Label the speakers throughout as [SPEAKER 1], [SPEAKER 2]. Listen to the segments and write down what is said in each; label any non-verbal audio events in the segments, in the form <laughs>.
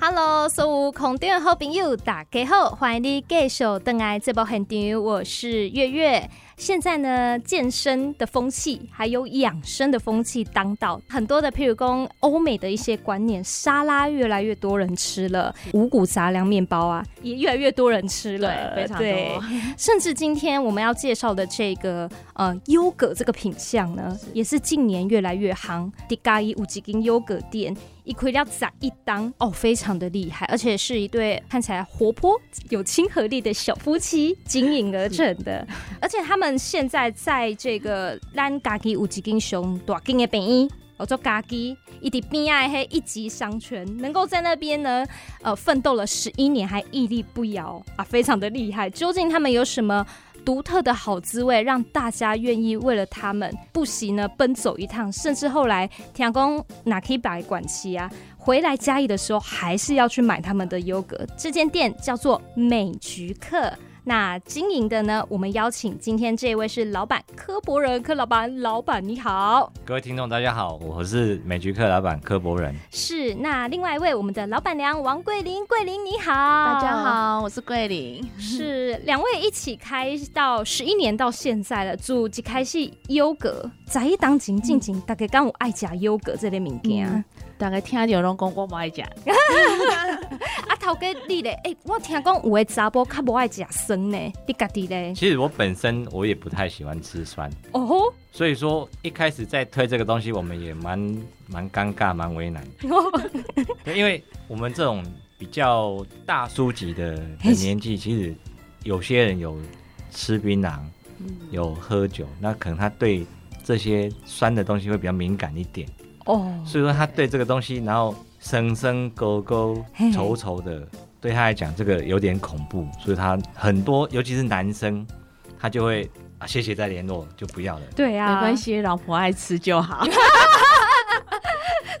[SPEAKER 1] Hello，所有空中的好朋友，大家好，欢迎你继续登来这部现场，我是月月。现在呢，健身的风气还有养生的风气当道，很多的，譬如说欧美的一些观念，沙拉越来越多人吃了，五谷杂粮面包啊，也越来越多人吃了，
[SPEAKER 2] 呃对非常
[SPEAKER 1] 对
[SPEAKER 2] 多
[SPEAKER 1] 甚至今天我们要介绍的这个呃优格这个品相呢，也是近年越来越夯。迪嘎伊五吉金优格店一亏掉砸一当哦，非常的厉害，而且是一对看起来活泼有亲和力的小夫妻经营而成的。 <laughs> 而且他们现在在这个咱家己有一间上大间的病院，叫做家己，以及边爱黑一级商圈，能够在那边呢，呃，奋斗了十一年还屹立不摇啊，非常的厉害。究竟他们有什么？独特的好滋味，让大家愿意为了他们不惜呢奔走一趟，甚至后来天公哪可以摆管期啊，回来嘉义的时候还是要去买他们的优格。这间店叫做美菊客。那经营的呢，我们邀请今天这位是老板柯博仁，柯老板，老板你好。
[SPEAKER 3] 各位听众，大家好，我是美菊客老板柯博仁。
[SPEAKER 1] 是，那另外一位我们的老板娘王桂林，桂林你好，
[SPEAKER 2] <laughs> 大
[SPEAKER 1] 大
[SPEAKER 2] 家。好，我是桂林。
[SPEAKER 1] 是两位一起开到十一年到现在了，主一开始优格，在一当前进前大概刚有爱食优格这类物件、
[SPEAKER 2] 嗯大概听到拢讲我不爱食，
[SPEAKER 1] 啊，头家你咧，诶、我听讲有的查甫较无爱食酸呢，你家己咧？
[SPEAKER 3] 其实我本身我也不太喜欢吃酸，
[SPEAKER 1] 哦吼，
[SPEAKER 3] 所以说一开始在推这个东西，我们也蛮蛮尴尬、蛮为难，对因为我们这种比较大叔级的的年纪，其实有些人有吃槟榔，有喝酒，那可能他对这些酸的东西会比较敏感一点，
[SPEAKER 1] 哦，
[SPEAKER 3] 所以说他对这个东西，然后生生勾勾
[SPEAKER 1] 嘿、
[SPEAKER 3] 稠稠的，对他来讲这个有点恐怖，所以他很多，尤其是男生，他就会啊，谢谢再联络，就不要了。
[SPEAKER 1] 对啊，
[SPEAKER 2] 没关。系，老婆爱吃就好。 <laughs>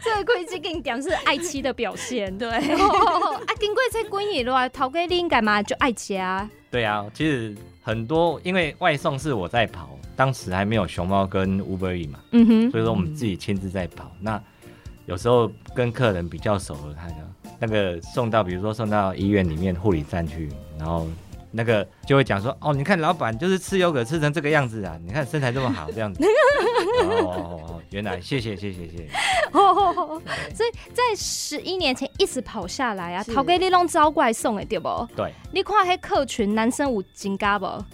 [SPEAKER 1] 这个规矩跟你讲是爱妻的表现。
[SPEAKER 2] 对
[SPEAKER 1] <laughs> 哦啊，经过这几年来，头家你应该嘛就爱食啊。
[SPEAKER 3] 对啊，其实很多因为外送是我在跑，当时还没有熊猫跟 Uber E 嘛，
[SPEAKER 1] 嗯哼，
[SPEAKER 3] 所以说我们自己亲自在跑。那有时候跟客人比较熟了，他就那个送到，比如说送到医院里面护理站去，然后那个就会讲说，哦，你看老板就是吃优格吃成这个样子啊，你看身材这么好这样子。哦哦哦哦，原来谢谢谢谢谢谢。
[SPEAKER 1] 哦，所以 <laughs> 在十一年前一直跑下来啊，
[SPEAKER 2] 是
[SPEAKER 1] 头家你拢招怪送的对不？
[SPEAKER 3] 对，
[SPEAKER 1] 你看迄客群男生有增加无？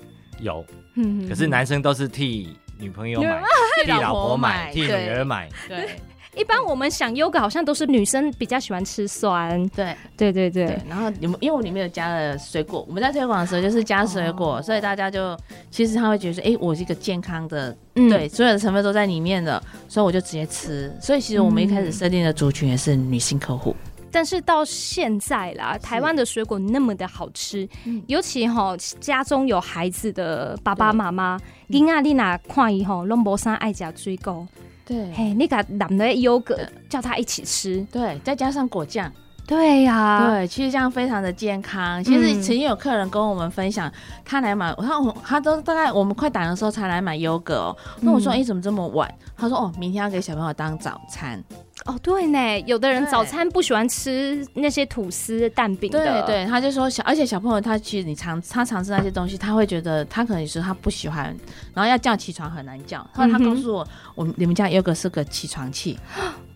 [SPEAKER 3] 有，
[SPEAKER 1] 嗯
[SPEAKER 3] 可是男生都是替女朋友买，替老婆买，替女儿买。
[SPEAKER 2] 对
[SPEAKER 1] 一般我们想优格好像都是女生比较喜欢吃酸，
[SPEAKER 2] 对
[SPEAKER 1] 对对对
[SPEAKER 2] 对，然后你们因为我里面有加了水果，我们在推广的时候就是加水果，所以大家就其实他会觉得说，哎、我是一个健康的，
[SPEAKER 1] 嗯
[SPEAKER 2] 对，所有的成分都在里面的，所以我就直接吃。所以其实我们一开始设定的族群也是女性客户，
[SPEAKER 1] 但是到现在啦，台湾的水果那么的好吃，尤其吼家中有孩子的爸爸
[SPEAKER 2] 对
[SPEAKER 1] 妈妈，囡仔你哪看伊吼，拢无啥爱食水果，
[SPEAKER 2] 对
[SPEAKER 1] 嘿，你甲男的优格叫他一起吃，
[SPEAKER 2] 对，再加上果酱。
[SPEAKER 1] 对呀、
[SPEAKER 2] 对，其实这样非常的健康。其实
[SPEAKER 1] 啊嗯
[SPEAKER 2] 曾经有客人跟我们分享，他来买，他他都大概我们快打烊的时候才来买优格哦。那我说，
[SPEAKER 1] 嗯
[SPEAKER 2] 哎、怎么这么晚？他说，哦，明天要给小朋友当早餐。
[SPEAKER 1] 哦对呢，有的人
[SPEAKER 2] 对
[SPEAKER 1] 早餐不喜欢吃那些吐司蛋饼
[SPEAKER 2] 对
[SPEAKER 1] 的，
[SPEAKER 2] 对，他就说小，而且小朋友他其实你尝他尝试那些东西，他会觉得他可能说他不喜欢，然后要叫起床很难叫。后来他
[SPEAKER 1] 嗯哼
[SPEAKER 2] 告诉我，我们你们家优格是个起床器。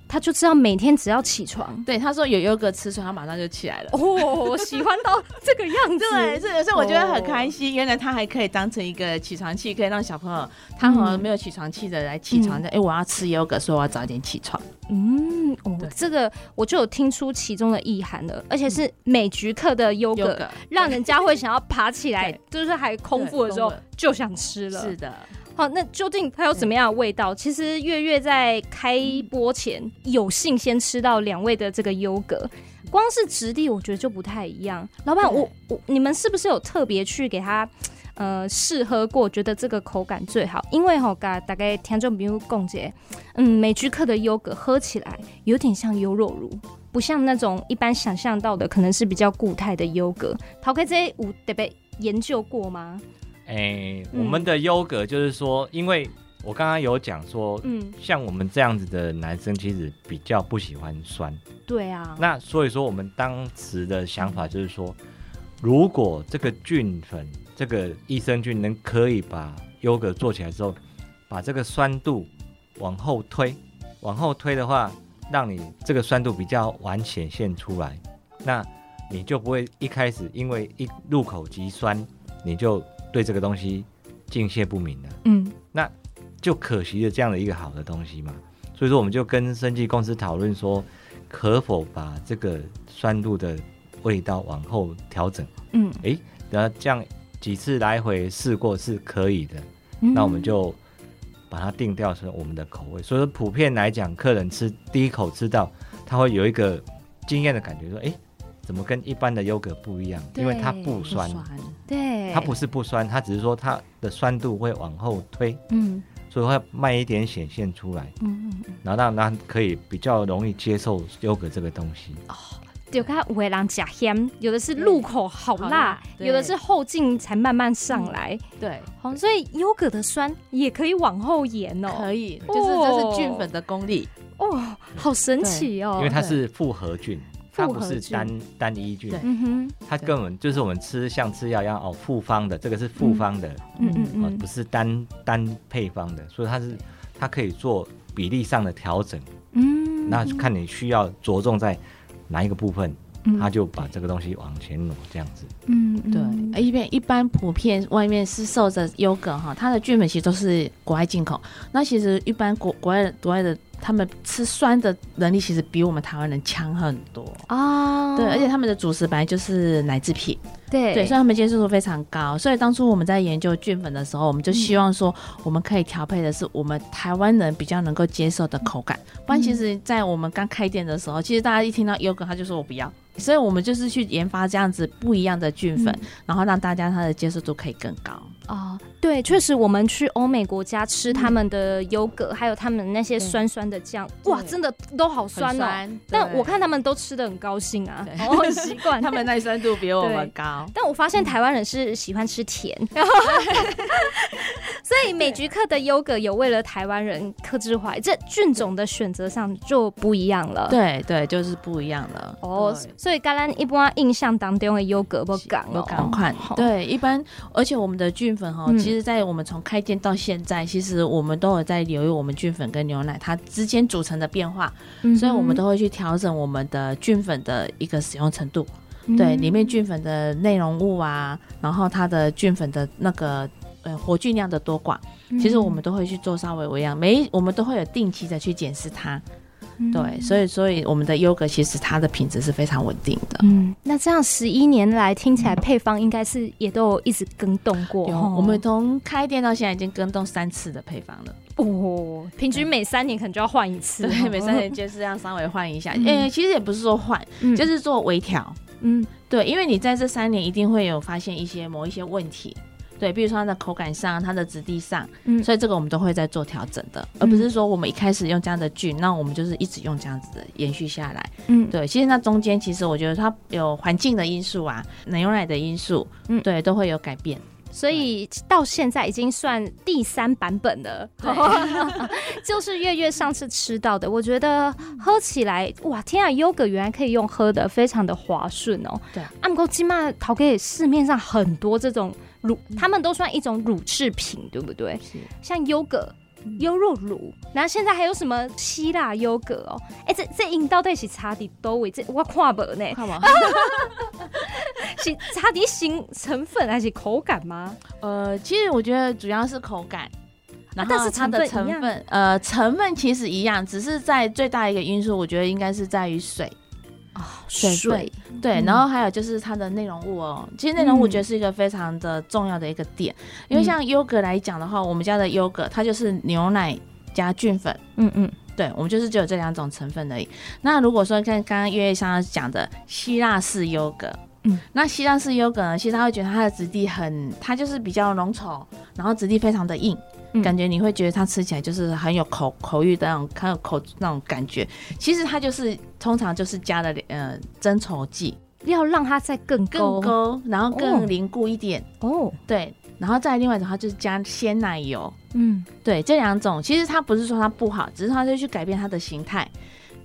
[SPEAKER 1] 他就知道每天只要起床。
[SPEAKER 2] 对，他说有优格吃，所以他马上就起来了。
[SPEAKER 1] 哦，喜欢到这个样
[SPEAKER 2] 对，这也是我觉得很
[SPEAKER 1] 哦
[SPEAKER 2] 开心。原来它还可以当成一个起床气，可以让小朋
[SPEAKER 1] 嗯
[SPEAKER 2] 友他好像没有起床气的来起床的。哎、我要吃 yogurt，所以我要早点起床。
[SPEAKER 1] 嗯，哦
[SPEAKER 2] 对，
[SPEAKER 1] 这个我就有听出其中的意涵了，而且
[SPEAKER 2] 嗯
[SPEAKER 1] 是美菊客的优格，
[SPEAKER 2] yogurt
[SPEAKER 1] 让人家会想要爬起来
[SPEAKER 2] <laughs> 对，
[SPEAKER 1] 就是还空腹的时候
[SPEAKER 2] 对空
[SPEAKER 1] 就想吃了。
[SPEAKER 2] 是的，
[SPEAKER 1] 好，那究竟它有怎么样的味道？其实月月在开播前有幸先吃到两位的这个优格，光是质地我觉得就不太一样。老板，
[SPEAKER 2] 对
[SPEAKER 1] 我我你们是不是有特别去给它呃试喝过，觉得这个口感最好？因为哈、嘎大概听众朋友共解，嗯，美居客的优格喝起来有点像优酪乳。不像那种一般想象到的，可能是比较固态的优格。陶 K 这五得被研究过吗？
[SPEAKER 3] 哎、
[SPEAKER 1] 嗯
[SPEAKER 3] 我们的优格就是说，因为我刚刚有讲说，
[SPEAKER 1] 嗯，
[SPEAKER 3] 像我们这样子的男生，其实比较不喜欢酸。
[SPEAKER 1] 对啊，
[SPEAKER 3] 那所以说，我们当时的想法就是说，如果这个菌粉，这个益生菌能可以把优格做起来之后，把这个酸度往后推，往后推的话，让你这个酸度比较晚显现出来，那你就不会一开始因为一入口即酸，你就对这个东西敬谢不敏了。
[SPEAKER 1] 嗯
[SPEAKER 3] 就可惜了这样的一个好的东西嘛。所以说，我们就跟生技公司讨论说，可否把这个酸度的味道往后调整。
[SPEAKER 1] 嗯，
[SPEAKER 3] 然后这样几次来回试过是可以的，
[SPEAKER 1] 嗯
[SPEAKER 3] 那我们就把它定调成我们的口味。所以说，普遍来讲，客人吃第一口吃到，他会有一个惊艳的感觉，说：“诶，怎么跟一般的优格不一样？
[SPEAKER 1] 对
[SPEAKER 3] 因为它不酸，
[SPEAKER 1] 对，
[SPEAKER 3] 它不是不酸，它只是说它的酸度会往后推，
[SPEAKER 1] 嗯，
[SPEAKER 3] 所以会慢一点显现出来。”
[SPEAKER 1] 嗯嗯嗯，
[SPEAKER 3] 然后让他可以比较容易接受优格这个东西。
[SPEAKER 1] 有看五位郎假咸，有的是入口好辣
[SPEAKER 2] 好
[SPEAKER 1] 嗯
[SPEAKER 2] 辣，对
[SPEAKER 1] 有的是后劲才慢慢上来。
[SPEAKER 2] 对，
[SPEAKER 1] 好，所以优格的酸也可以往后延哦。
[SPEAKER 2] 可以，
[SPEAKER 1] 哦
[SPEAKER 2] 就是这是菌粉的功力，
[SPEAKER 1] 哦，好神奇哦
[SPEAKER 3] 因为。它是复合菌，它
[SPEAKER 1] 复合
[SPEAKER 3] 不是
[SPEAKER 1] 菌
[SPEAKER 3] 单单一菌
[SPEAKER 2] 对，
[SPEAKER 1] 嗯哼，
[SPEAKER 3] 它根本就是我们吃像吃药一样哦，复方的，这个是复方的，
[SPEAKER 1] 嗯嗯
[SPEAKER 3] 哦，
[SPEAKER 1] 嗯
[SPEAKER 3] 不是单单配方的，所以它是它可以做比例上的调整，
[SPEAKER 1] 嗯，
[SPEAKER 3] 那看你需要着重在哪一个部分，
[SPEAKER 1] 嗯
[SPEAKER 3] 它就把这个东西往前挪，这样子。
[SPEAKER 1] 嗯嗯
[SPEAKER 2] 对，哎一般一般普遍外面是售的优格哈，它的菌粉其实都是国外进口。那其实一般国国外的国外的他们吃酸的能力其实比我们台湾人强很多。
[SPEAKER 1] 啊，
[SPEAKER 2] 对，而且他们的主食本来就是奶制品，
[SPEAKER 1] 对嗯
[SPEAKER 2] 对，所以他们接受度非常高。所以当初我们在研究菌粉的时候，我们就希望说，我们可以调配的是我们台湾人比较能够接受的口感。不然，其实，在我们刚开店的时候，其实大家一听到优格，他就说我不要。所以我们就是去研发这样子不一样的菌粉，然后让大家它的接受度可以更高。
[SPEAKER 1] 啊、对，确实，我们去欧美国家吃他们的优格，还有他们那些酸酸的酱，
[SPEAKER 2] 对
[SPEAKER 1] 哇，真的都好酸
[SPEAKER 2] 很
[SPEAKER 1] 哦。
[SPEAKER 2] 酸
[SPEAKER 1] 但我看
[SPEAKER 2] 到
[SPEAKER 1] 他们都吃的很高兴啊
[SPEAKER 2] 对，
[SPEAKER 1] <laughs> 我很习惯。
[SPEAKER 2] 他们。耐酸度比我们高
[SPEAKER 1] 但我发现台湾人是喜欢吃甜，
[SPEAKER 2] 嗯
[SPEAKER 1] <laughs> 所以美菊克的优格有为了台湾人克制化，这菌种的选择上就不一样了。
[SPEAKER 2] 对对，就是不一样了。
[SPEAKER 1] 哦
[SPEAKER 2] 对，
[SPEAKER 1] 所以橄榄一般印象当中的优格不港
[SPEAKER 2] 我
[SPEAKER 1] 哦，
[SPEAKER 2] 赶快
[SPEAKER 1] 好。
[SPEAKER 2] 对，一般，而且我们的菌粉哈，
[SPEAKER 1] 嗯
[SPEAKER 2] 其实，在我们从开店到现在，其实我们都有在留意我们菌粉跟牛奶它之间组成的变化，
[SPEAKER 1] 嗯
[SPEAKER 2] 所以我们都会去调整我们的菌粉的一个使用程度。
[SPEAKER 1] 哼
[SPEAKER 2] 对，里面菌粉的内容物啊，然后它的菌粉的那个。呃，活菌量的多
[SPEAKER 1] 嗯
[SPEAKER 2] 寡，其实我们都会去做稍微微量，每一我们都会有定期的去检视它。
[SPEAKER 1] 嗯
[SPEAKER 2] 对，所以所以我们的优格其实它的品质是非常稳定的。
[SPEAKER 1] 嗯，那这样十一年来听起来配方应该是也都有一直更动过。哦
[SPEAKER 2] 有，
[SPEAKER 1] 吼
[SPEAKER 2] 我们从开店到现在已经跟动三次的配方了。
[SPEAKER 1] 哦，平均每三年可能就要换一次。
[SPEAKER 2] 对，
[SPEAKER 1] 吼
[SPEAKER 2] 每三年
[SPEAKER 1] <laughs>
[SPEAKER 2] 就是这样稍微换一下。
[SPEAKER 1] 哦嗯
[SPEAKER 2] 呃，其实也不是说换，
[SPEAKER 1] 嗯
[SPEAKER 2] 就是做微调。
[SPEAKER 1] 嗯
[SPEAKER 2] 对，因为你在这三年一定会有发现一些某一些问题。对，比如说它的口感上、它的质地上，
[SPEAKER 1] 嗯
[SPEAKER 2] 所以这个我们都会在做调整的，而不是说我们一开始用这样的菌，那我们就是一直用这样子的延续下来。
[SPEAKER 1] 嗯
[SPEAKER 2] 对，其实那中间其实我觉得它有环境的因素啊、牛奶的因素，
[SPEAKER 1] 嗯
[SPEAKER 2] 对，都会有改变。
[SPEAKER 1] 所以到现在已经算第三版本了， <laughs> 就是月月上次吃到的，我觉得喝起来哇，天啊，优格原来可以用喝的，非常的滑顺哦。
[SPEAKER 2] 对，
[SPEAKER 1] 阿姆沟鸡嘛，淘给市面上很多这种乳，
[SPEAKER 2] 嗯
[SPEAKER 1] 他们都算一种乳制品，对不对？
[SPEAKER 2] 是
[SPEAKER 1] 像优格。
[SPEAKER 2] 嗯
[SPEAKER 1] 优酪乳，然后现在还有什么希腊优格哦？哎、这这引到底是差底都位，这我看不呢，
[SPEAKER 2] 看
[SPEAKER 1] <laughs>
[SPEAKER 2] 我，
[SPEAKER 1] 是差底型成分还是口感吗？
[SPEAKER 2] 呃，其实我觉得主要是口感。然
[SPEAKER 1] 啊但是
[SPEAKER 2] 后它
[SPEAKER 1] 成
[SPEAKER 2] 的
[SPEAKER 1] 分一
[SPEAKER 2] 成
[SPEAKER 1] 样
[SPEAKER 2] 分，呃，成分其实一样，只是在最大一个因素，我觉得应该是在于水，
[SPEAKER 1] 啊、
[SPEAKER 2] 水分
[SPEAKER 1] 水
[SPEAKER 2] 对，
[SPEAKER 1] 嗯
[SPEAKER 2] 然后还有就是它的内容物哦。其实内容
[SPEAKER 1] 嗯
[SPEAKER 2] 物我觉得是一个非常的重要的一个点，因为像优格来讲的话，我们家的优格它就是牛奶加菌粉，
[SPEAKER 1] 嗯嗯，
[SPEAKER 2] 对，我们就是只有这两种成分而已。那如果说看刚刚月月香讲的希腊式优格，
[SPEAKER 1] 嗯，
[SPEAKER 2] 那希腊式优格呢，其实他会觉得它的质地很，它就是比较浓稠，然后质地非常的硬。
[SPEAKER 1] 嗯
[SPEAKER 2] 感觉你会觉得它吃起来就是很有口口欲的那种，很有口那种感觉。其实它就是通常就是加了呃增稠剂，
[SPEAKER 1] 要让它再更
[SPEAKER 2] 更
[SPEAKER 1] 高
[SPEAKER 2] 勾，然后
[SPEAKER 1] 哦
[SPEAKER 2] 更凝固一点。
[SPEAKER 1] 哦，
[SPEAKER 2] 对，然后再来另外一种，它就是加鲜奶油。
[SPEAKER 1] 嗯，
[SPEAKER 2] 对，这两种其实它不是说它不好，只是它就去改变它的形态。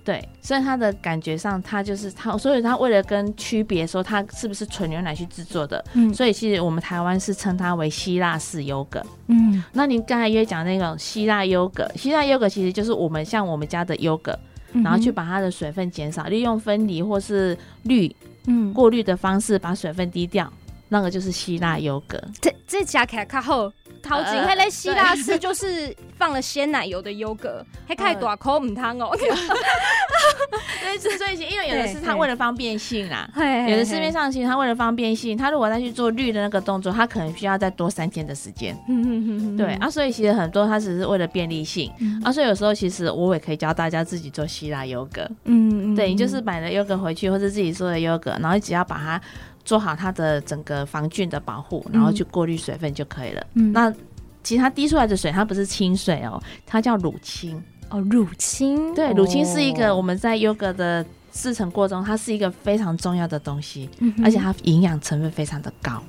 [SPEAKER 2] 对，所以它的感觉上，它就是它，所以它为了跟区别说它是不是纯牛奶去制作的，
[SPEAKER 1] 嗯
[SPEAKER 2] 所以其实我们台湾是称它为希腊式优格。
[SPEAKER 1] 嗯
[SPEAKER 2] 那您刚才也讲那种希腊优格，希腊优格其实就是我们像我们家的优格，
[SPEAKER 1] 嗯，
[SPEAKER 2] 然后去把它的水分减少，利用分离或是滤
[SPEAKER 1] 嗯，
[SPEAKER 2] 过滤的方式把水分滴掉，那个就是希腊优格。
[SPEAKER 1] 这这加起来较好。头前
[SPEAKER 2] 呃
[SPEAKER 1] 迄个希腊式就是放了鲜奶油的优格，迄开大口唔通哦。
[SPEAKER 2] <laughs> 对，是最新，因为有的
[SPEAKER 1] 对
[SPEAKER 2] 是它
[SPEAKER 1] 对
[SPEAKER 2] 为了方便性啊啦。
[SPEAKER 1] <laughs> 嘿
[SPEAKER 2] 有的市面，上其实它为了方便性，它如果再去做滤的那个动作，它可能需要再多三天的时间。
[SPEAKER 1] 嘿嗯嗯嗯嗯
[SPEAKER 2] 对、啊，所以其实很多它只是为了便利性、
[SPEAKER 1] 嗯
[SPEAKER 2] 啊，所以有时候其实我也可以教大家自己做希腊优格。
[SPEAKER 1] 嗯嗯
[SPEAKER 2] 对，你就是买了优格回去，或者自己做的优格，然后只要把它做好它的整个防菌的保护，然后去过滤水分就可以了。
[SPEAKER 1] 嗯
[SPEAKER 2] 那其实它滴出来的水，它不是清水哦，它叫乳清。
[SPEAKER 1] 哦乳清，
[SPEAKER 2] 对，乳清是一个
[SPEAKER 1] 哦，
[SPEAKER 2] 我们在优格的制成过程中，它是一个非常重要的东西，
[SPEAKER 1] 嗯哼
[SPEAKER 2] 而且它营养成分非常的高。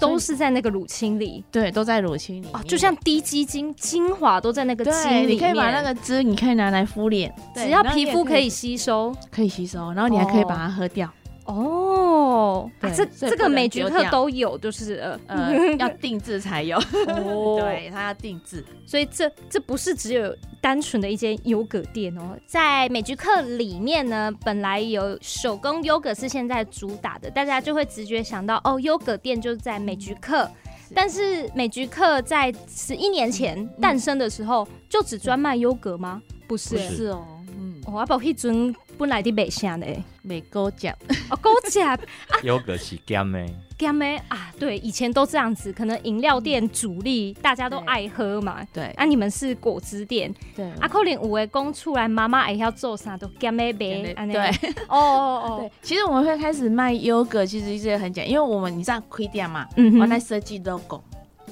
[SPEAKER 1] 都是在那个乳清里
[SPEAKER 2] 对，都在乳清里面。
[SPEAKER 1] 哦，就像低基精精华都在那个精
[SPEAKER 2] 对，
[SPEAKER 1] 里面，
[SPEAKER 2] 你可以把那个汁，你可以拿来敷脸，对
[SPEAKER 1] 只要
[SPEAKER 2] 然后你
[SPEAKER 1] 皮
[SPEAKER 2] 也
[SPEAKER 1] 肤
[SPEAKER 2] 可
[SPEAKER 1] 可以吸收
[SPEAKER 2] 可以吸收，然后你还可以把它喝掉。
[SPEAKER 1] 哦，啊
[SPEAKER 2] 对
[SPEAKER 1] 这
[SPEAKER 2] 所
[SPEAKER 1] 这
[SPEAKER 2] 以不
[SPEAKER 1] 个
[SPEAKER 2] 能
[SPEAKER 1] 每局
[SPEAKER 2] 丢
[SPEAKER 1] 课
[SPEAKER 2] 掉
[SPEAKER 1] 都有，就是
[SPEAKER 2] <laughs>
[SPEAKER 1] 呃
[SPEAKER 2] 呃，要定制才有，
[SPEAKER 1] 哦
[SPEAKER 2] <laughs> 对，它要定制。
[SPEAKER 1] 所以这这不是只有单纯的一间优格店哦，在美居客里面呢，本来有手工优格是现在主打的，大家就会直觉想到哦，优格店就在美居
[SPEAKER 2] 嗯
[SPEAKER 1] 客。但是美居客在十一年前
[SPEAKER 2] 嗯
[SPEAKER 1] 诞生的时候，就只专卖优格吗？不是啊
[SPEAKER 3] 不，是
[SPEAKER 2] 哦，嗯，
[SPEAKER 1] 我阿宝迄阵本来伫北下呢，
[SPEAKER 2] 美沟讲，
[SPEAKER 1] 哦，勾起来
[SPEAKER 3] 优格是咸的，
[SPEAKER 1] 干咩啊？对，以前都这样子，可能饮料店主力大家都
[SPEAKER 2] 嗯对嗯
[SPEAKER 1] 爱喝嘛。
[SPEAKER 2] 对
[SPEAKER 1] 啊，你们是果汁店，
[SPEAKER 2] 对
[SPEAKER 1] 啊，可能有的讲出来，妈妈会晓做啥都减咩呗，安尼
[SPEAKER 2] 对。
[SPEAKER 1] 哦哦哦
[SPEAKER 2] 对，， <laughs> 其实我们会开始卖优格，其实这个很简单，因为我们你知道亏店嘛，
[SPEAKER 1] 嗯哼
[SPEAKER 2] 我来设计 logo，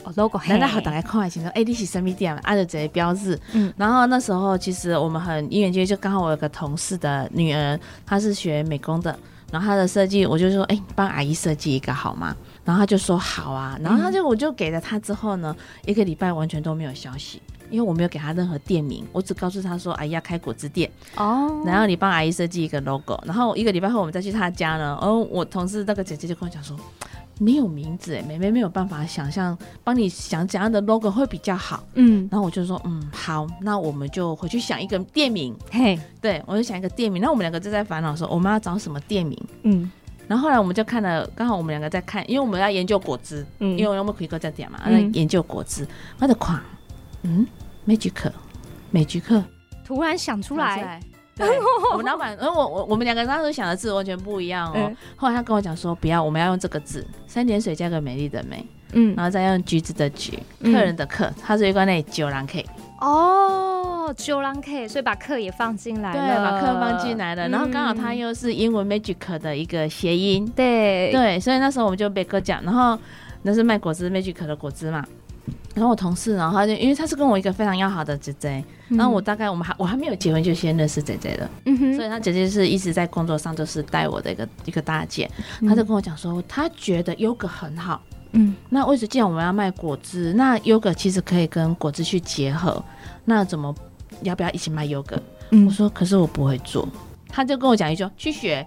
[SPEAKER 1] 哦 logo
[SPEAKER 2] 那那好，大家看一下，说哎，你是什么店嘛？按着这些标志，
[SPEAKER 1] 嗯
[SPEAKER 2] 嗯，然后那时候其实我们很因缘机会，就刚好我有个同事的女儿，她是学美工的，然后她的设计，我就说，哎，你帮阿姨设计一个好吗？然后她就说好啊，然后她就我就给了她之后呢，一个礼拜完全都没有消息。因为我没有给她任何店名，我只告诉她说：“阿哎姨要开果汁店，
[SPEAKER 1] 哦，
[SPEAKER 2] 然后你帮阿姨设计一个 logo，然后一个礼拜后我们再去她家呢。然后我同事那个姐姐就跟我讲说，没有名字哎，妹妹没有办法想象，帮你想怎样的 logo 会比较好。
[SPEAKER 1] 嗯，
[SPEAKER 2] 然后我就说，嗯，好，那我们就回去想一个店名。
[SPEAKER 1] 嘿，
[SPEAKER 2] 对我就想一个店名，那我们两个就在烦恼说，我们要找什么店名。
[SPEAKER 1] 嗯
[SPEAKER 2] 然后后来我们就看了，刚好我们两个在看，因为我们要研究果汁，
[SPEAKER 1] 嗯，
[SPEAKER 2] 因为我们可以哥在点嘛，
[SPEAKER 1] 嗯
[SPEAKER 2] 在研究果汁。我的款，嗯，magic，美菊克。
[SPEAKER 1] 突然想出 <laughs> 来，。
[SPEAKER 2] 对， <laughs> 我们老板，因为我我我们两个当时想的字完全不一样哦。
[SPEAKER 1] 嗯
[SPEAKER 2] 后来他跟我讲说，不要，我们要用这个字，三点水加个美丽的美，
[SPEAKER 1] 嗯
[SPEAKER 2] 然，后再用橘子的橘，
[SPEAKER 1] 嗯
[SPEAKER 2] 啊客人的客，它是一个那酒廊 K，
[SPEAKER 1] 哦，九郎 K，所以把课也放进来
[SPEAKER 2] 对，
[SPEAKER 1] 了，
[SPEAKER 2] 把客放进来了。然后刚好它
[SPEAKER 1] 嗯
[SPEAKER 2] 又是英文 magic 的一个谐音，
[SPEAKER 1] 对，
[SPEAKER 2] 对，所以那时候我们就被哥讲，然后那是卖果汁 magic 的果汁嘛。然后我同事，然后他就因为他是跟我一个非常要好的姐姐，
[SPEAKER 1] 嗯
[SPEAKER 2] 然后我，大概我们还我还没有结婚就先认识姐姐了。
[SPEAKER 1] 嗯哼
[SPEAKER 2] 所以她姐姐是一直在工作上就是带我的一个一个大姐，她就跟我讲说，她觉得优格很好。
[SPEAKER 1] 嗯，
[SPEAKER 2] 那为什既然我们要卖果汁，那优格其实可以跟果汁去结合，那怎么要不要一起卖优格？
[SPEAKER 1] 嗯
[SPEAKER 2] 我说，可是我不会做。她就跟我讲一句，去学。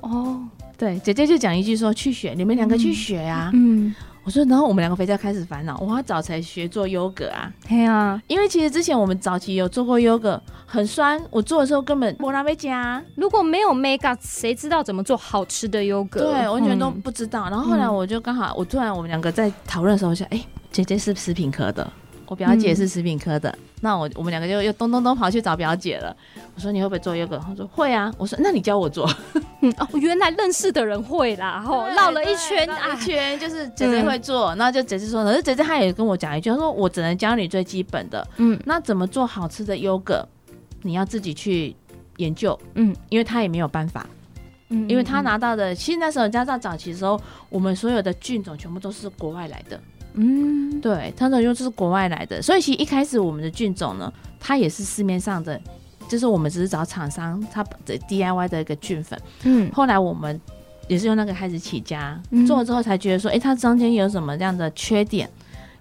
[SPEAKER 1] 哦，
[SPEAKER 2] 对，姐姐就讲一句说去学，你们两个去学啊。
[SPEAKER 1] 嗯，
[SPEAKER 2] 我说，然后我们两个非常开始烦恼，我要早才学做优格啊，
[SPEAKER 1] 嘿啊，
[SPEAKER 2] 因为其实之前我们早期有做过优格，很酸，我做的时候根本波拉没加、
[SPEAKER 1] 如果没有 make up，谁知道怎么做好吃的优格？
[SPEAKER 2] 对，完全都
[SPEAKER 1] 嗯
[SPEAKER 2] 不知道。然后后来
[SPEAKER 1] 嗯
[SPEAKER 2] 我就刚好，我突然我们两个在讨论的时候，我想，哎、姐姐是食品科的，我表
[SPEAKER 1] 嗯
[SPEAKER 2] 姐是食品科的，那我我们两个就又咚咚咚跑去找表姐了。我说你会不会做优格？她说会啊。我说那你教我做。
[SPEAKER 1] 嗯哦，原来认识的人会啦，吼，
[SPEAKER 2] 对
[SPEAKER 1] 哦绕了一
[SPEAKER 2] 对
[SPEAKER 1] 圈
[SPEAKER 2] 绕
[SPEAKER 1] 啊嗯
[SPEAKER 2] 一，圈
[SPEAKER 1] <laughs>
[SPEAKER 2] 就是姐姐会做，然后就姐姐说，可是姐姐她也跟我讲一句，她说我只能教你最基本的，
[SPEAKER 1] 嗯
[SPEAKER 2] 那怎么做好吃的优格，你要自己去研究，
[SPEAKER 1] 嗯
[SPEAKER 2] 因为她也没有办法。
[SPEAKER 1] 嗯
[SPEAKER 2] 因为他，拿到的，其实那时候人家在早期的时候，我们所有的菌种全部都是国外来的，
[SPEAKER 1] 嗯，
[SPEAKER 2] 对，它的就是国外来的，所以其实一开始我们的菌种呢，它也是市面上的，就是我们只是找厂商它的 DIY 的一个菌粉，
[SPEAKER 1] 嗯
[SPEAKER 2] 后来我们也是用那个开始起家，
[SPEAKER 1] 嗯
[SPEAKER 2] 做了之后才觉得说，哎、它中间有什么样的缺点，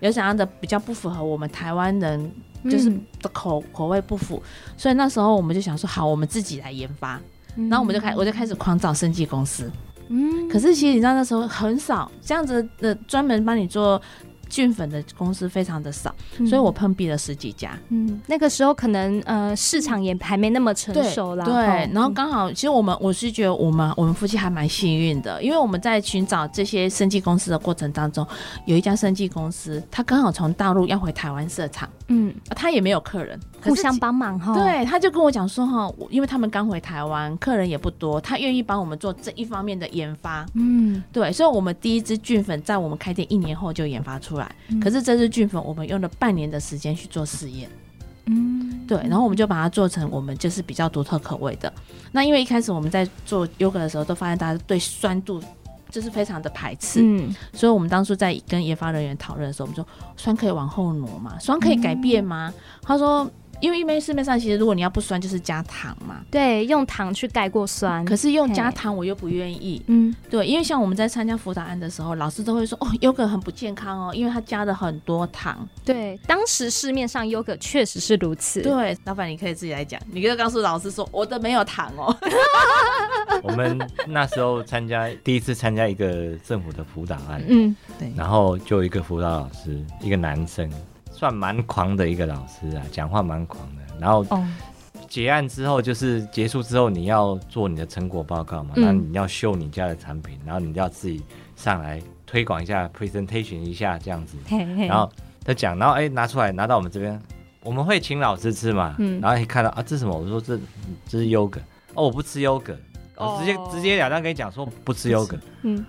[SPEAKER 2] 有怎样的比较不符合我们台湾人就是
[SPEAKER 1] 嗯
[SPEAKER 2] 的口、口味不符，所以那时候我们就想说，好，我们自己来研发，
[SPEAKER 1] 嗯
[SPEAKER 2] 然后我们就开我就开始狂找生技公司，
[SPEAKER 1] 嗯
[SPEAKER 2] 可是其实你知道那时候很少这样子的专门帮你做菌粉的公司非常的少，所以我碰壁了十几家。
[SPEAKER 1] 嗯，那个时候可能呃市场也还没那么成
[SPEAKER 2] 对
[SPEAKER 1] 熟啦。
[SPEAKER 2] 对，
[SPEAKER 1] 哦
[SPEAKER 2] 然后刚好，其实我们我是觉得我们我们夫妻还蛮幸运的，因为我们在寻找这些生技公司的过程当中，有一家生技公司，他刚好从大陆要回台湾设厂，啊
[SPEAKER 1] 嗯，
[SPEAKER 2] 他也没有客人，可
[SPEAKER 1] 互
[SPEAKER 2] 是
[SPEAKER 1] 相
[SPEAKER 2] 其。
[SPEAKER 1] 帮哦忙哈。，
[SPEAKER 2] 对，他就跟我讲说哈，我因为他们刚回台湾，客人也不多，他愿意帮我们做这一方面的研发。
[SPEAKER 1] 嗯，
[SPEAKER 2] 对，所以我们第一支菌粉在我们开店一年后就研发出来，
[SPEAKER 1] 嗯
[SPEAKER 2] 可是这支菌粉我们用了半年的时间去做试验。
[SPEAKER 1] 嗯，
[SPEAKER 2] 对，然后我们就把它做成我们就是比较独特口味的。那因为一开始我们在做 yogurt 的时候，都发现大家对酸度就是非常的排斥，
[SPEAKER 1] 嗯
[SPEAKER 2] 所以我们当初在跟研发人员讨论的时候，我们说酸可以往后挪嘛，酸可以改
[SPEAKER 1] 嗯
[SPEAKER 2] 变吗？他说，因为一般市面上其实如果你要不酸就是加糖嘛，
[SPEAKER 1] 对，用糖去盖过酸。
[SPEAKER 2] 可是用
[SPEAKER 1] 嘿
[SPEAKER 2] 加糖我又不愿意。
[SPEAKER 1] 嗯
[SPEAKER 2] 对，因为像我们在参加辅导案的时候，老师都会说哦，yogurt 很不健康哦，因为它加了很多糖。
[SPEAKER 1] 对，当时市面上优格确实是如此。
[SPEAKER 2] 对，老板你可以自己来讲，你就告诉老师说我的没有糖哦。
[SPEAKER 3] <laughs> 我们那时候参加第一次参加一个政府的辅导案，
[SPEAKER 1] 嗯
[SPEAKER 2] <laughs> 对
[SPEAKER 3] 然后就有一个辅导老师，一个男生，算蛮狂的一个老师啊，讲话蛮狂的。然后
[SPEAKER 1] 哦，
[SPEAKER 3] 结案之后，就是结束之后，你要做你的成果报告嘛，
[SPEAKER 1] 嗯
[SPEAKER 3] 然后你要秀你家的产品，然后你要自己上来推广一下，presentation 一下这样子。
[SPEAKER 1] 嘿嘿。
[SPEAKER 3] 然后他讲，然后哎拿出来拿到我们这边，我们会请老师吃嘛，
[SPEAKER 1] 嗯
[SPEAKER 3] 然后一看到啊这是什么，我说这这是优格，哦我不吃优格，我直接、
[SPEAKER 1] 哦
[SPEAKER 3] 直截了当跟你讲说不吃优格，
[SPEAKER 1] 嗯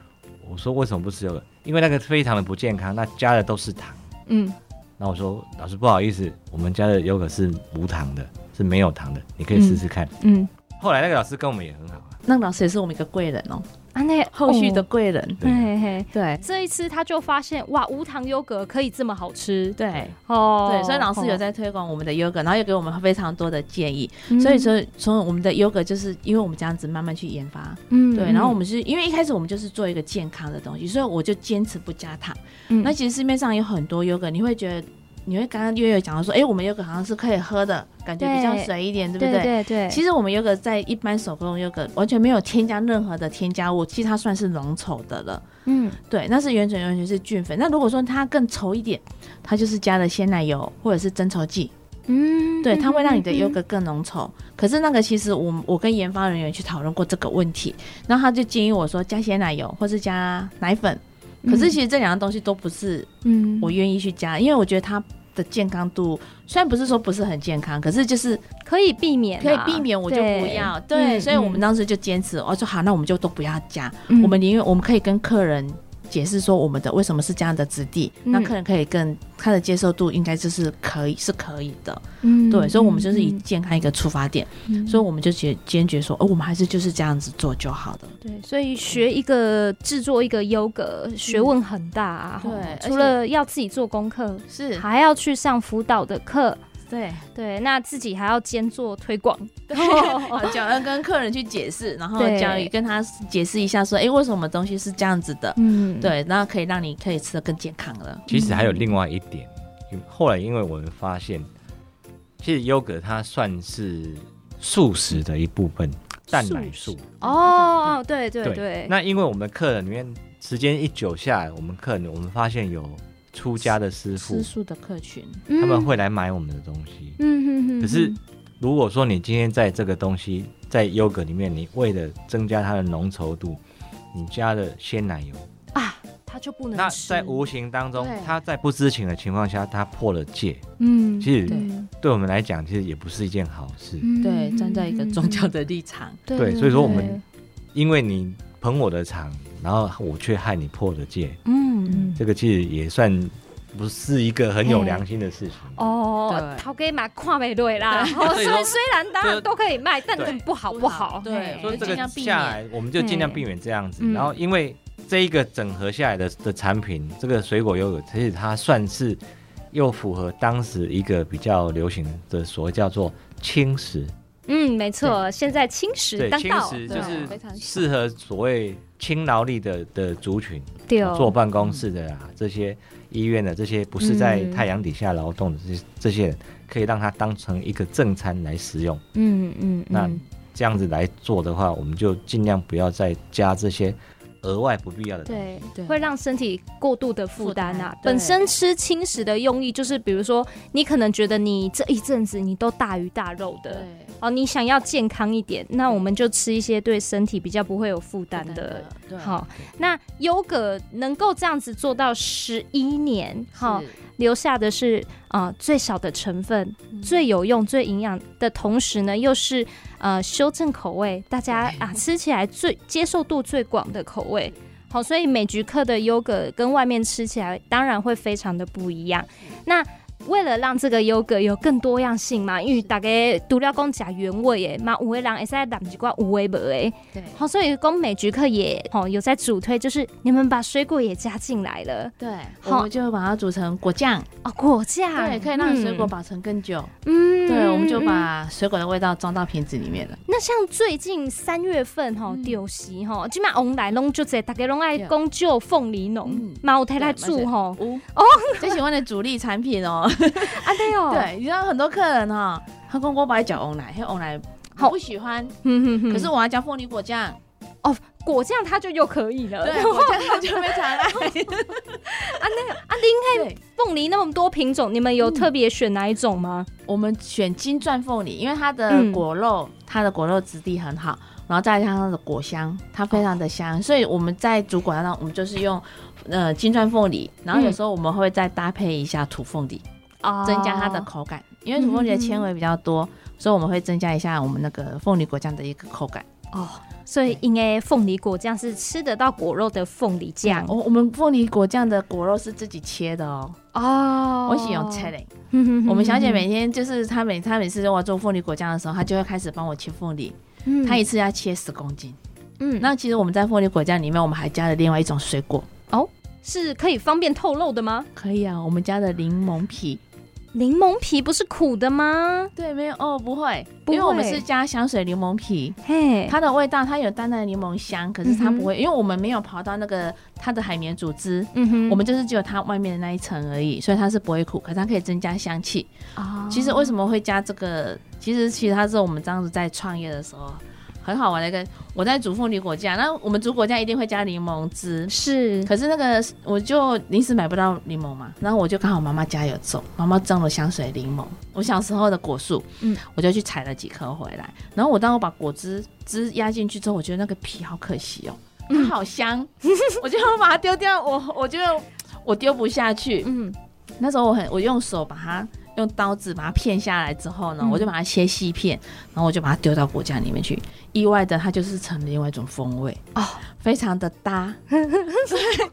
[SPEAKER 3] 我说为什么不吃优格？因为那个非常的不健康，那加的都是糖。
[SPEAKER 1] 嗯
[SPEAKER 3] 那我说老师不好意思，我们家的优格是无糖的，是没有糖的，你可以试试看。
[SPEAKER 1] 嗯，
[SPEAKER 3] 后来那个老师跟我们也很好啊，
[SPEAKER 2] 那个老师也是我们一个贵人哦，
[SPEAKER 1] 啊那
[SPEAKER 2] 后续的
[SPEAKER 1] 哦
[SPEAKER 2] 贵人。
[SPEAKER 3] 对
[SPEAKER 1] 嘿嘿。
[SPEAKER 2] 对
[SPEAKER 1] 这一次他就发现哇，无糖优格可以这么好吃
[SPEAKER 2] 对
[SPEAKER 1] 哦。
[SPEAKER 2] 对，所以老师有在推广我们的 yoga，然后也给我们非常多的建议。
[SPEAKER 1] 嗯，
[SPEAKER 2] 所以说，从我们的 yoga 就是因为我们这样子慢慢去研发，
[SPEAKER 1] 嗯，
[SPEAKER 2] 对。然后我们是因为一开始我们就是做一个健康的东西，所以我就坚持不加糖。
[SPEAKER 1] 嗯
[SPEAKER 2] 那其实市面上有很多 yoga，你会觉得。你会刚刚月月讲到说，哎、我们 yoga 好像是可以喝的，感觉比较
[SPEAKER 1] 对
[SPEAKER 2] 水一点，对不
[SPEAKER 1] 对对对，
[SPEAKER 2] 其实我们 yoga 在一般手工 yoga 完全没有添加任何的添加物，其实它算是浓稠的了。
[SPEAKER 1] 嗯
[SPEAKER 2] 对，那是原纯完全是菌粉。那如果说它更稠一点，它就是加了鲜奶油或者是增稠剂，
[SPEAKER 1] 嗯，
[SPEAKER 2] 对，它会让你的
[SPEAKER 1] 嗯
[SPEAKER 2] yogurt 更浓稠。可是那个其实我我跟研发人员去讨论过这个问题，然后他就建议我说加鲜奶油或是加奶粉。可是其实这两样东西都不是
[SPEAKER 1] 嗯
[SPEAKER 2] 我愿意去加，因为我觉得它的健康度虽然不是说不是很健康，可是就是
[SPEAKER 1] 可以避免啊，
[SPEAKER 2] 可以避免，我就不
[SPEAKER 1] 对。
[SPEAKER 2] 要。
[SPEAKER 1] 对
[SPEAKER 2] 对，
[SPEAKER 1] 嗯
[SPEAKER 2] 所以我
[SPEAKER 1] 嗯
[SPEAKER 2] 们当时就坚持，我说好，那我们就都不要加。
[SPEAKER 1] 嗯
[SPEAKER 2] 我们宁愿我们可以跟客人解释说我们的为什么是这样的质地，
[SPEAKER 1] 嗯
[SPEAKER 2] 那客人可以更他的接受度应该就是可以是可以的，
[SPEAKER 1] 嗯
[SPEAKER 2] 对，所以我们就是以
[SPEAKER 1] 嗯
[SPEAKER 2] 健康一个出发点，
[SPEAKER 1] 嗯
[SPEAKER 2] 所以我们就决坚决说，哦，我们还是就是这样子做就好了。
[SPEAKER 1] 对，所以学一个制作一个优格学问很大啊。
[SPEAKER 2] 嗯对
[SPEAKER 1] 吼
[SPEAKER 2] 而且
[SPEAKER 1] 除了要自己做功课，
[SPEAKER 2] 是，
[SPEAKER 1] 还要去上辅导的课，
[SPEAKER 2] 对，
[SPEAKER 1] 对，那自己还要兼做推 <laughs> 广。哦
[SPEAKER 2] 讲要跟客人去解释，然后
[SPEAKER 1] 对
[SPEAKER 2] 教育跟他解释一下说，哎，为什么东西是这样子的，
[SPEAKER 1] <laughs> 嗯，
[SPEAKER 2] 对，那可以让你可以吃得更健康了。
[SPEAKER 3] 其实还有另外一点，因为后来因为我们发现，其实优格它算是素食的一部分，蛋奶素。
[SPEAKER 1] 哦，对对
[SPEAKER 3] 对
[SPEAKER 1] 对，
[SPEAKER 3] 那因为我们客人里面时间一久下来，我们客人我们发现有出家的师傅
[SPEAKER 2] 吃，素的客群，
[SPEAKER 1] 嗯
[SPEAKER 3] 他们会来买我们的东西。
[SPEAKER 1] 嗯嗯嗯，
[SPEAKER 3] 可是如果说你今天在这个东西在优格里面，你为了增加它的浓稠度，你加了鲜奶油，
[SPEAKER 1] 啊，他就不能
[SPEAKER 3] 那
[SPEAKER 1] 吃
[SPEAKER 3] 在无形当中
[SPEAKER 2] 对，
[SPEAKER 3] 他在不知情的情况下，他破了戒，
[SPEAKER 1] 嗯，
[SPEAKER 3] 其实
[SPEAKER 2] 对
[SPEAKER 3] 对我们来讲，其实也不是一件好事。
[SPEAKER 1] 嗯
[SPEAKER 2] 对，站在一个宗教，的立场。
[SPEAKER 1] <laughs> 对
[SPEAKER 3] 对所以说我们因为你捧我的场，然后我却害你破了戒，
[SPEAKER 2] 嗯
[SPEAKER 1] 嗯
[SPEAKER 3] 这个其实也算不是一个很有良心的事情。
[SPEAKER 1] 哦，
[SPEAKER 2] 对
[SPEAKER 1] 头给嘛看不对啦，哦
[SPEAKER 3] 所
[SPEAKER 1] 虽
[SPEAKER 3] 以说
[SPEAKER 1] 虽然当然都可以卖，但
[SPEAKER 3] 对
[SPEAKER 1] 很不好
[SPEAKER 2] 不
[SPEAKER 1] 不
[SPEAKER 2] 好
[SPEAKER 1] 好，
[SPEAKER 2] 对
[SPEAKER 1] 嘿
[SPEAKER 3] 所以这
[SPEAKER 2] 哎尽
[SPEAKER 3] 个
[SPEAKER 2] 量避免
[SPEAKER 3] 下来，我们就尽量避免这样子。
[SPEAKER 1] 嗯
[SPEAKER 3] 然后因为这一个整合下来的的产品，这个水果优格，其实它算是又符合当时一个比较流行的所谓叫做轻食，
[SPEAKER 1] 嗯，没错，现在青石
[SPEAKER 3] 对，
[SPEAKER 1] 当
[SPEAKER 3] 轻
[SPEAKER 1] 道，
[SPEAKER 3] 食
[SPEAKER 2] 对
[SPEAKER 3] 就
[SPEAKER 2] 非常
[SPEAKER 3] 是
[SPEAKER 2] 少
[SPEAKER 3] 适合所谓轻劳力的的族群，啊
[SPEAKER 1] 对哦
[SPEAKER 3] 坐办
[SPEAKER 2] 嗯
[SPEAKER 3] 公室的啊，这些医院的这些不是在
[SPEAKER 1] 嗯
[SPEAKER 3] 太阳底下劳动的这些这些人，可以让他当成一个正餐来食用。
[SPEAKER 1] 嗯嗯
[SPEAKER 3] 那
[SPEAKER 1] 嗯，
[SPEAKER 3] 这样子来做的话，我们就尽量不要再加这些额外不必要的东西。
[SPEAKER 1] 对，
[SPEAKER 2] 对
[SPEAKER 1] 会让身体过度的负担
[SPEAKER 2] 负
[SPEAKER 1] 啊
[SPEAKER 2] 担。对
[SPEAKER 1] 本身吃轻食的用意就是，比如说你可能觉得你这一阵子你都大鱼大肉的。
[SPEAKER 2] 对，
[SPEAKER 1] 哦，你想要健康一点，那我们就吃一些对身体比较不会有负担
[SPEAKER 2] 负担
[SPEAKER 1] 的
[SPEAKER 2] 的。，对，
[SPEAKER 1] 好，那优格能够这样子做到十一年，好，
[SPEAKER 2] 是，
[SPEAKER 1] 留下的是啊、呃最少的成分、
[SPEAKER 2] 嗯
[SPEAKER 1] 最有用、最营养的同时呢，又是呃修正口味，大家啊吃起来最接受度最广的口味。好，所以美菊克的优格跟外面吃起来当然会非常的不一样。那为了让这个优格有更多样性嘛，因为大家除了讲假原味耶，嘛有的人会使淡一寡有的无的。
[SPEAKER 2] 对
[SPEAKER 1] 好，所以公美菊克也哦有在主推，就是你们把水果也加进来了
[SPEAKER 2] 对，
[SPEAKER 1] 好
[SPEAKER 2] 我们就会把它煮成果酱，
[SPEAKER 1] 哦，果酱
[SPEAKER 2] 对，可以让水果
[SPEAKER 1] 嗯
[SPEAKER 2] 保存更久。
[SPEAKER 1] 嗯
[SPEAKER 2] 对，我们就。
[SPEAKER 1] 嗯
[SPEAKER 2] 把水果的味道装到瓶子里面了。
[SPEAKER 1] 那像最近三月份吼
[SPEAKER 2] 嗯
[SPEAKER 1] 丢席吼，即码往来拢就这，大家拢爱
[SPEAKER 2] 对
[SPEAKER 1] 讲究凤梨农
[SPEAKER 2] 嗯，
[SPEAKER 1] 嘛有太太
[SPEAKER 2] 对
[SPEAKER 1] 煮吼，
[SPEAKER 2] 哦，最喜欢的主力产品哦。
[SPEAKER 1] 啊对哦，，
[SPEAKER 2] 对，你知道很多客人哦哈、他跟我白讲红奶，黑红奶
[SPEAKER 1] 好
[SPEAKER 2] 我不喜欢，
[SPEAKER 1] <laughs> 嗯
[SPEAKER 2] 可是我要加凤梨
[SPEAKER 1] <laughs>
[SPEAKER 2] 果酱。
[SPEAKER 1] 果酱它就又可以了。 <laughs>
[SPEAKER 2] 对，果酱他就非常爱。
[SPEAKER 1] 啊，您
[SPEAKER 2] <laughs> 对，
[SPEAKER 1] 凤梨那么多品种，你们有特别选哪一种吗？
[SPEAKER 2] 我们选金钻凤梨，因为它
[SPEAKER 1] 嗯
[SPEAKER 2] 的果肉，它的果肉质地很好，然后再加上它的果香，它非常的香，所以我们在煮果酱上，我们就是用呃金钻凤梨，然后有时候我们会再搭配一下土凤梨，
[SPEAKER 1] 啊
[SPEAKER 2] 增加它的口感，因为土凤梨的纤维比较多，所以我们会增加一下我们那个凤梨果酱的一个口感。
[SPEAKER 1] 哦，所以应该凤梨果酱是吃得到果肉的凤梨酱
[SPEAKER 2] 哦我我们凤梨果酱的果肉是自己切的哦，嗯
[SPEAKER 1] 哦
[SPEAKER 2] 我喜欢切嘞。
[SPEAKER 1] 哼哼哼
[SPEAKER 2] 我们小姐每天就是她每她每次我做凤梨果酱的时候，她就会开始帮我切凤梨，
[SPEAKER 1] 嗯
[SPEAKER 2] 她一次要切十公斤。
[SPEAKER 1] 嗯
[SPEAKER 2] 那其实我们在凤梨果酱里面，我们还加了另外一种水果，
[SPEAKER 1] 是可以方便透露的吗？
[SPEAKER 2] 可以啊，我们加的柠檬皮。
[SPEAKER 1] 柠檬皮不是苦的吗？
[SPEAKER 2] 对，没有哦，不会，
[SPEAKER 1] 不会
[SPEAKER 2] 因为我们是加香水柠檬皮，
[SPEAKER 1] 嘿，
[SPEAKER 2] 它的味道它有淡淡的柠檬香，可是它
[SPEAKER 1] 嗯哼
[SPEAKER 2] 不会，因为我们没有刨到那个它的海绵组织。
[SPEAKER 1] 嗯哼
[SPEAKER 2] 我们就是只有它外面的那一层而已，所以它是不会苦，可是它可以增加香气。
[SPEAKER 1] 啊
[SPEAKER 2] 其实为什么会加这个？其实其实它是我们当时在创业的时候很好玩的一个。我在煮凤梨果酱，那我们煮果酱一定会加柠檬汁，
[SPEAKER 1] 是
[SPEAKER 2] 可是那个我就临时买不到柠檬嘛，然后我就刚好妈妈家有种，妈妈种了香水柠檬，我小时候的果树，
[SPEAKER 1] 嗯
[SPEAKER 2] 嗯，我就去采了几颗回来，然后我当我把果汁汁压进去之后，我觉得那个皮好可惜哦，它好香， <laughs> 我就把它丢掉，我我就我丢不下去，
[SPEAKER 1] 嗯
[SPEAKER 2] 那时候我很我用手把它。用刀子把它片下来之后呢，
[SPEAKER 1] 嗯
[SPEAKER 2] 我就把它切细片，然后我就把它丢到果酱里面去。意外的，它就是成了另外一种风味
[SPEAKER 1] 哦，
[SPEAKER 2] 非常的搭。
[SPEAKER 1] <laughs>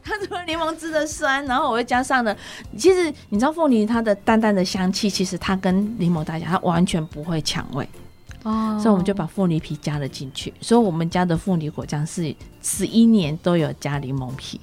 [SPEAKER 2] 它除了柠檬汁的酸，然后我又加上了，其实你知道凤梨它的淡淡的香气，其实它跟柠檬搭起来，它完全不会抢味，
[SPEAKER 1] 哦
[SPEAKER 2] 所以我们就把凤梨皮加了进去。所以我们家的凤梨果酱是十一年都有加柠檬皮。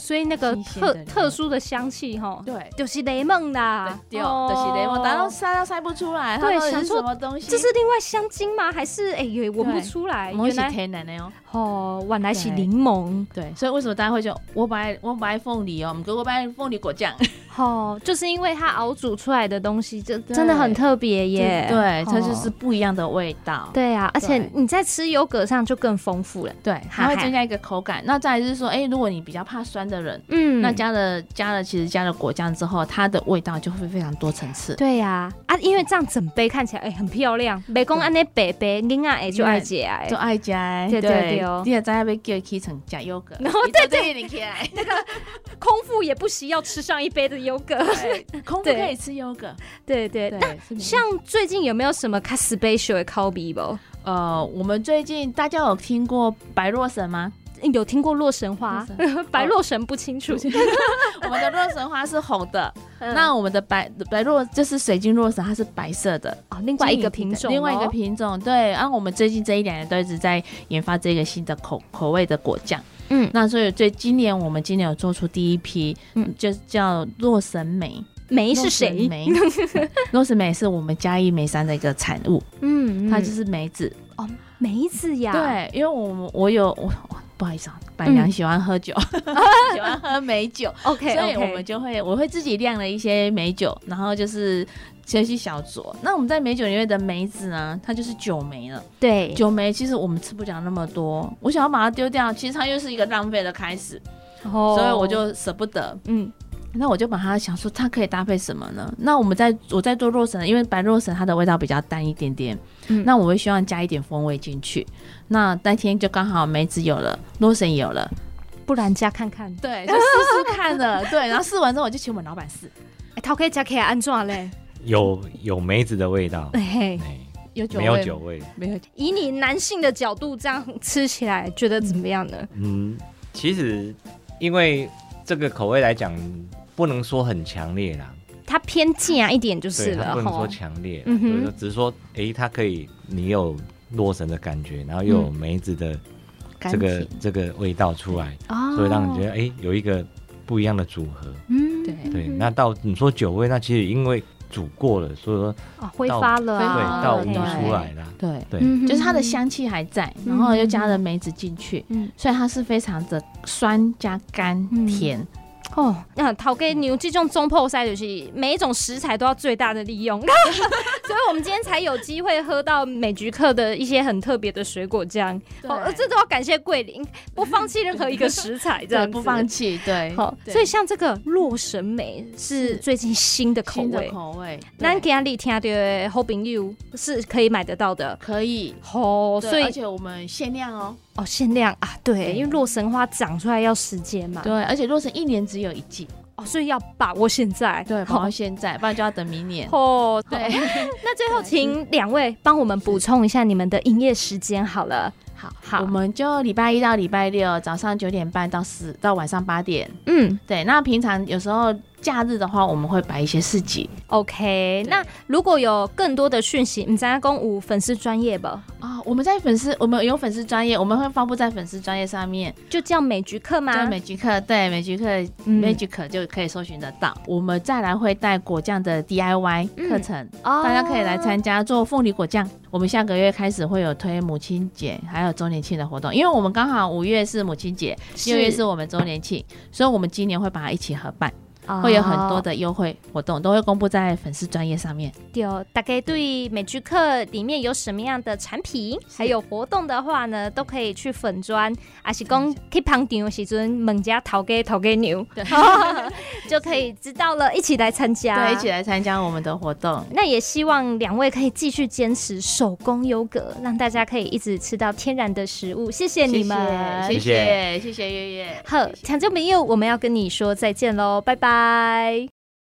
[SPEAKER 1] 所以那个
[SPEAKER 2] 新鲜的
[SPEAKER 1] 特
[SPEAKER 2] 柠檬
[SPEAKER 1] 特殊的香气哈，
[SPEAKER 2] 对。
[SPEAKER 1] 就是雷梦啦，
[SPEAKER 2] 对，
[SPEAKER 1] 哦
[SPEAKER 2] 就是雷蒙，然后塞都塞不出来，它
[SPEAKER 1] 对
[SPEAKER 2] 到底
[SPEAKER 1] 想
[SPEAKER 2] 是
[SPEAKER 1] 说
[SPEAKER 2] 什么东西？
[SPEAKER 1] 这是另外香精吗？还是哎也闻不
[SPEAKER 2] 对
[SPEAKER 1] 出来？
[SPEAKER 2] 我们
[SPEAKER 1] 原
[SPEAKER 2] 是
[SPEAKER 1] 来
[SPEAKER 2] 天然的哦。
[SPEAKER 1] 哦，原来是
[SPEAKER 2] 对
[SPEAKER 1] 柠檬，
[SPEAKER 2] 对，所以为什么大家会说我不爱我不爱凤梨哦，我们给我不爱凤梨果
[SPEAKER 1] <laughs>
[SPEAKER 2] 酱。
[SPEAKER 1] 哦，就是因为它熬煮出来的东西，就
[SPEAKER 2] 对
[SPEAKER 1] 真的很特别耶。
[SPEAKER 2] 对，它
[SPEAKER 1] 哦
[SPEAKER 2] 就是不一样的味道。
[SPEAKER 1] 对啊，而且
[SPEAKER 2] 对
[SPEAKER 1] 你在吃优格上就更丰富了。
[SPEAKER 2] 对，
[SPEAKER 1] 哈
[SPEAKER 2] 它
[SPEAKER 1] 哈
[SPEAKER 2] 会增加一个口感。那再来就是说，哎，如果你比较怕酸的人，
[SPEAKER 1] 嗯，
[SPEAKER 2] 那加了加了，其实加了果酱之后，它的味道就会非常多层次。
[SPEAKER 1] 对呀啊因为这样整杯看起来哎、很漂亮，美工安那白白，囡仔也就爱解哎
[SPEAKER 2] 就。爱加，
[SPEAKER 1] 对对对哦
[SPEAKER 2] 你也在那边叫起成加优
[SPEAKER 1] <laughs>
[SPEAKER 2] 格，
[SPEAKER 1] 然后
[SPEAKER 2] 对对，你起来，
[SPEAKER 1] 空腹也不惜要吃上一杯的优格。 <laughs>
[SPEAKER 2] 对空腹
[SPEAKER 1] 对
[SPEAKER 2] 可以吃优格，
[SPEAKER 1] 对对，
[SPEAKER 2] 对
[SPEAKER 1] 那，
[SPEAKER 2] 是没
[SPEAKER 1] 像最近有没有什么较 special 的 copy 不？
[SPEAKER 2] 呃，我们最近大家有听过白若
[SPEAKER 1] <laughs>
[SPEAKER 2] 神吗？
[SPEAKER 1] 有听过洛神花哦
[SPEAKER 2] 洛， <laughs>
[SPEAKER 1] 白洛神不清楚。
[SPEAKER 2] 我们的洛神花是红的，
[SPEAKER 1] 嗯
[SPEAKER 2] 那我们的白白若就是水晶洛神，它是白色的，
[SPEAKER 1] 哦，另外一个品种哦，
[SPEAKER 2] 另外一个品种，对。然、后我们最近这一两年都一直在研发这个新的口口味的果酱，
[SPEAKER 1] 嗯
[SPEAKER 2] 那所以最今年我们今年有做出第一批，
[SPEAKER 1] 嗯
[SPEAKER 2] 嗯，就是叫洛神梅，
[SPEAKER 1] 梅是谁？
[SPEAKER 2] 梅，rosemary 是我们嘉义梅山的一个产物，
[SPEAKER 1] 嗯，
[SPEAKER 2] 它就是梅子。
[SPEAKER 1] 哦梅子呀，，
[SPEAKER 2] 对，因为我们我有我我不好意思啊，板娘喜欢喝酒，喜欢喝美酒，
[SPEAKER 1] ，OK，
[SPEAKER 2] 所以我们就会我会自己酿了一些美酒，然后就是。学习小酌，那我们在美酒里面的梅子呢，它就是酒梅了。
[SPEAKER 1] 对，
[SPEAKER 2] 酒梅其实我们吃不了那么多，我想要把它丢掉，其实它又是一个浪费的开始，
[SPEAKER 1] 所
[SPEAKER 2] 所以我就舍不得。
[SPEAKER 1] 哦嗯
[SPEAKER 2] 那我就把它想说，它可以搭配什么呢？那我们在我在做肉神，因为白肉神它的味道比较淡一点点，
[SPEAKER 1] 嗯
[SPEAKER 2] 那我会希望加一点风味进去。那那天就刚好梅子有了，肉神也有了，
[SPEAKER 1] 不然加看看，
[SPEAKER 2] 对，就试试看的，对。然后试完之后，我就请我们老板试，
[SPEAKER 1] 哎，陶可以加可以安怎
[SPEAKER 2] <laughs>
[SPEAKER 1] 嘞？
[SPEAKER 3] 有有梅子的味道，
[SPEAKER 1] 哎嘿，
[SPEAKER 3] 哎，
[SPEAKER 2] 有酒
[SPEAKER 3] 没
[SPEAKER 2] 味，
[SPEAKER 3] 有酒，味。
[SPEAKER 2] 没有酒，
[SPEAKER 1] 以你男性的角度这样吃起来，觉得怎么样呢？
[SPEAKER 3] 嗯，其实因为这个口味来讲，不能说很强烈啦，
[SPEAKER 1] 它偏酱一点就是
[SPEAKER 3] 对，它
[SPEAKER 1] 了
[SPEAKER 3] 不能
[SPEAKER 1] 吼
[SPEAKER 3] 说。强烈啦，
[SPEAKER 1] 嗯哼
[SPEAKER 3] 就是说只是说，诶，它可以，你有洛神的感觉，然后又有梅子的
[SPEAKER 2] 甘
[SPEAKER 1] 嗯
[SPEAKER 3] 这个、
[SPEAKER 2] 甜
[SPEAKER 3] 这个味道出来，
[SPEAKER 1] 哦
[SPEAKER 3] 所以让你觉得，诶，有一个不一样的组合。
[SPEAKER 1] 嗯
[SPEAKER 2] 对
[SPEAKER 3] 对，那到你说酒味，那其实因为煮过了，所以说
[SPEAKER 1] 啊挥发了
[SPEAKER 3] 对
[SPEAKER 1] 啊，
[SPEAKER 3] 到
[SPEAKER 2] 对
[SPEAKER 3] 污
[SPEAKER 2] 对
[SPEAKER 3] 出来啦。
[SPEAKER 2] 对，
[SPEAKER 3] 对，
[SPEAKER 1] 嗯哼
[SPEAKER 2] 就是它的，香气还在，然后又加了梅子进去，
[SPEAKER 1] 嗯
[SPEAKER 2] 所以它是非常的酸加甘
[SPEAKER 1] 嗯
[SPEAKER 2] 甜，
[SPEAKER 1] 哦，那陶给牛这种中破塞就是每一种食材都要最大的利 <laughs> 用，所以我们今天才有机会喝到美菊客的一些很特别的水果酱。
[SPEAKER 2] 对
[SPEAKER 1] 哦，呃这都要感谢桂林，不放弃任何一个食材，这
[SPEAKER 2] 对，
[SPEAKER 1] 样 <laughs>
[SPEAKER 2] 不
[SPEAKER 1] 子
[SPEAKER 2] 放。弃，对，
[SPEAKER 1] 好，
[SPEAKER 2] 对
[SPEAKER 1] 所以像这个洛神梅是
[SPEAKER 2] 是
[SPEAKER 1] 最近新的口
[SPEAKER 2] 新的
[SPEAKER 1] 味，
[SPEAKER 2] 口味，
[SPEAKER 1] 那
[SPEAKER 2] 对
[SPEAKER 1] 给阿丽听的 Hoping You 是可以买得到的。
[SPEAKER 2] 可以。
[SPEAKER 1] 哦，
[SPEAKER 2] 对
[SPEAKER 1] 所以
[SPEAKER 2] 而且我们限量哦，
[SPEAKER 1] 哦限量啊，对，
[SPEAKER 2] 对
[SPEAKER 1] 因为洛神花长出来要时间嘛，
[SPEAKER 2] 对，而且洛神一年只有一季，
[SPEAKER 1] 哦，所以要把握现在。
[SPEAKER 2] 对，跑到
[SPEAKER 1] 好
[SPEAKER 2] 现在，不然就要等明年。
[SPEAKER 1] 哦，好
[SPEAKER 2] 对，
[SPEAKER 1] <laughs> 那最后请两位帮我们补充一下你们的营业时间好了。
[SPEAKER 2] 好，
[SPEAKER 1] 好
[SPEAKER 2] 我们就礼拜一到礼拜六早上九点半到十到晚上八点。
[SPEAKER 1] 嗯
[SPEAKER 2] 对，那平常有时候假日的话，我们会摆一些市集。
[SPEAKER 1] ，OK，那如果有更多的讯息，你在公五粉丝专业吧，
[SPEAKER 2] 啊、我们在粉丝，我们有粉丝专业，我们会发布在粉丝专业上面。
[SPEAKER 1] 就叫美菊课
[SPEAKER 2] 对，
[SPEAKER 1] 吗？
[SPEAKER 2] 美菊课，对，美菊课，
[SPEAKER 1] 嗯
[SPEAKER 2] 美菊课就可以搜寻得到。我们再来会带果酱的 DIY
[SPEAKER 1] 嗯
[SPEAKER 2] 课程。
[SPEAKER 1] 哦
[SPEAKER 2] 大家可以来参加做凤梨果酱。我们下个月开始会有推母亲节还有周年庆的活动，因为我们刚好五月是母亲节，
[SPEAKER 1] 是
[SPEAKER 2] 六月是我们周年庆，所以我们今年会把它一起合办，会有很多
[SPEAKER 1] 哦
[SPEAKER 2] 的优惠活动，都会公布在粉丝专业上面。
[SPEAKER 1] 对哦，大概对美剧课里面有什么样的产品，还有活动的话呢，都可以去粉砖，还是讲去旁听的时阵，猛加淘给淘给牛，
[SPEAKER 2] <laughs>
[SPEAKER 1] 就可以知道了，一起来参加，
[SPEAKER 2] 对，一起。来参加我们的活动。
[SPEAKER 1] 那也希望两位可以继续坚持手工优格，让大家可以一直吃到天然的食物。谢谢你们，
[SPEAKER 2] 谢谢
[SPEAKER 3] 谢谢
[SPEAKER 2] 谢谢谢谢月月，
[SPEAKER 1] 好，抢救朋友，我们要跟你说再见喽，拜拜。